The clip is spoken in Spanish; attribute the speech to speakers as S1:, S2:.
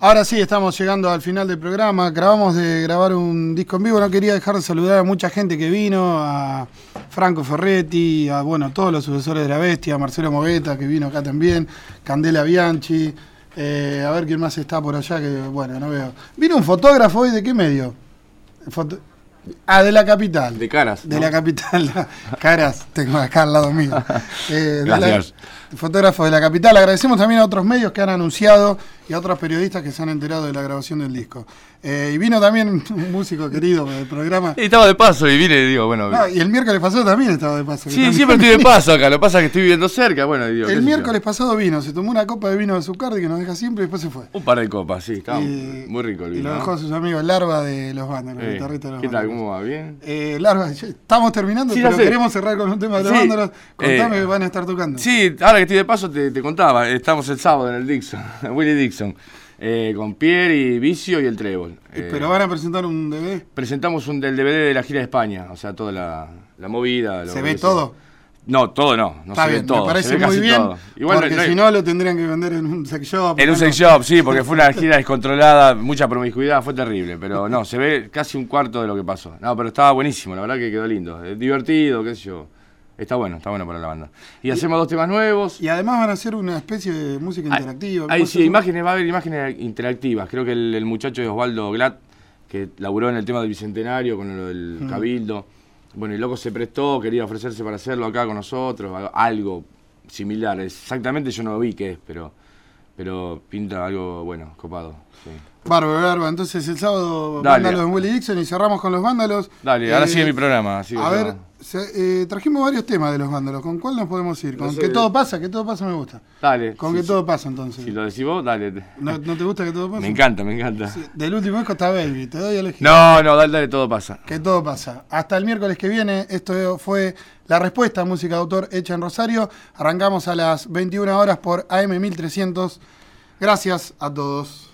S1: Ahora sí, estamos llegando al final del programa. Acabamos de grabar un disco en vivo. No quería dejar de saludar a mucha gente que vino, a Franco Ferretti, a bueno, todos los sucesores de la bestia, a Marcelo Moveta, que vino acá también, Candela Bianchi, eh, a ver quién más está por allá, que bueno, no veo. Vino un fotógrafo hoy, ¿de qué medio? Foto- Ah, de la capital.
S2: De caras.
S1: De
S2: ¿no?
S1: la capital, caras, tengo acá al lado mío. Eh, de la-
S2: Gracias.
S1: fotógrafo de la capital. Agradecemos también a otros medios que han anunciado y a otros periodistas que se han enterado de la grabación del disco. Eh, y vino también un músico querido del programa.
S2: Y estaba de paso y vine y digo, bueno.
S1: Ah, y el miércoles pasado también estaba de paso. que
S2: sí,
S1: también-
S2: siempre estoy de paso acá. Lo que pasa es que estoy viviendo cerca. Bueno, digo. qué sé
S1: El
S2: yo.
S1: miércoles pasado vino, se tomó una copa de vino de Zucardi que nos deja siempre y después se fue.
S2: Un par de copas, sí. Estaba
S1: Y-
S2: muy rico el
S1: Y
S2: vino.
S1: lo
S2: ¿no?
S1: dejó a sus amigos Larva de los bandos, los
S2: Eh,
S1: guitarristas de los
S2: ¿Qué tal?
S1: Vándalos.
S2: ¿Cómo va? ¿Bien?
S1: Eh, Larva, ya estamos terminando,
S2: Sí, ya
S1: pero
S2: sé.
S1: queremos cerrar con un tema de los
S2: Sí.
S1: Vándalos. Contame
S2: Eh,
S1: que van a estar tocando.
S2: Sí, ahora que estoy de paso te, te contaba, estamos el sábado en el Dixon, Willy Dixon, eh, con Pierre y Vicio y el Trébol. Eh,
S1: Pero van a presentar un DVD.
S2: Presentamos un del DVD de la gira de España, o sea, toda la, la movida. lo
S1: ¿Se
S2: que
S1: ve
S2: hizo.
S1: todo?
S2: No, todo no, no
S1: Está
S2: se
S1: bien,
S2: ve todo.
S1: me parece
S2: se ve
S1: muy
S2: casi
S1: bien.
S2: todo. Igual
S1: porque
S2: no- no-
S1: si no, lo tendrían que vender en un sex shop.
S2: En un
S1: ¿no?
S2: sex shop, sí, porque fue una gira descontrolada, mucha promiscuidad, fue terrible, pero no, se ve casi un cuarto de lo que pasó. No, pero estaba buenísimo, la verdad que quedó lindo, eh, divertido, qué sé yo. Está bueno, está bueno para la banda. Y hacemos dos temas nuevos.
S1: Y además van a hacer una especie de música interactiva.
S2: Ah, Ahí
S1: Vos
S2: sí,
S1: sos-
S2: imágenes, va a haber imágenes interactivas. Creo que el, el muchacho de Osvaldo Glatt, que laburó en el tema del Bicentenario con lo del Cabildo, bueno, el loco se prestó, quería ofrecerse para hacerlo acá con nosotros, a- algo similar. Exactamente yo no vi qué es, pero, pero pinta algo bueno, copado. sí.
S1: Bárbaro, bárbaro. Entonces el sábado
S2: Dale.
S1: vándalos en Willy Dixon y cerramos con los vándalos.
S2: Dale, ahora
S1: Eh,
S2: sigue mi programa. sigo
S1: A
S2: yo.
S1: ver, se- eh, trajimos varios temas de los vándalos. ¿Con cuál nos podemos ir? Con
S2: sé.
S1: que todo pasa, que todo pasa me gusta.
S2: Dale.
S1: Con
S2: si-
S1: que
S2: si-
S1: todo pasa entonces.
S2: Si lo decís vos, dale.
S1: ¿No, no te gusta que todo pasa?
S2: Me encanta, me encanta.
S1: Del último disco está Baby, te doy a elegir.
S2: No, no, dale, dale, todo pasa.
S1: Que todo pasa. Hasta el miércoles que viene, esto fue la respuesta a música de autor hecha en Rosario. Arrancamos a las 21 horas por AM1300. Gracias a todos.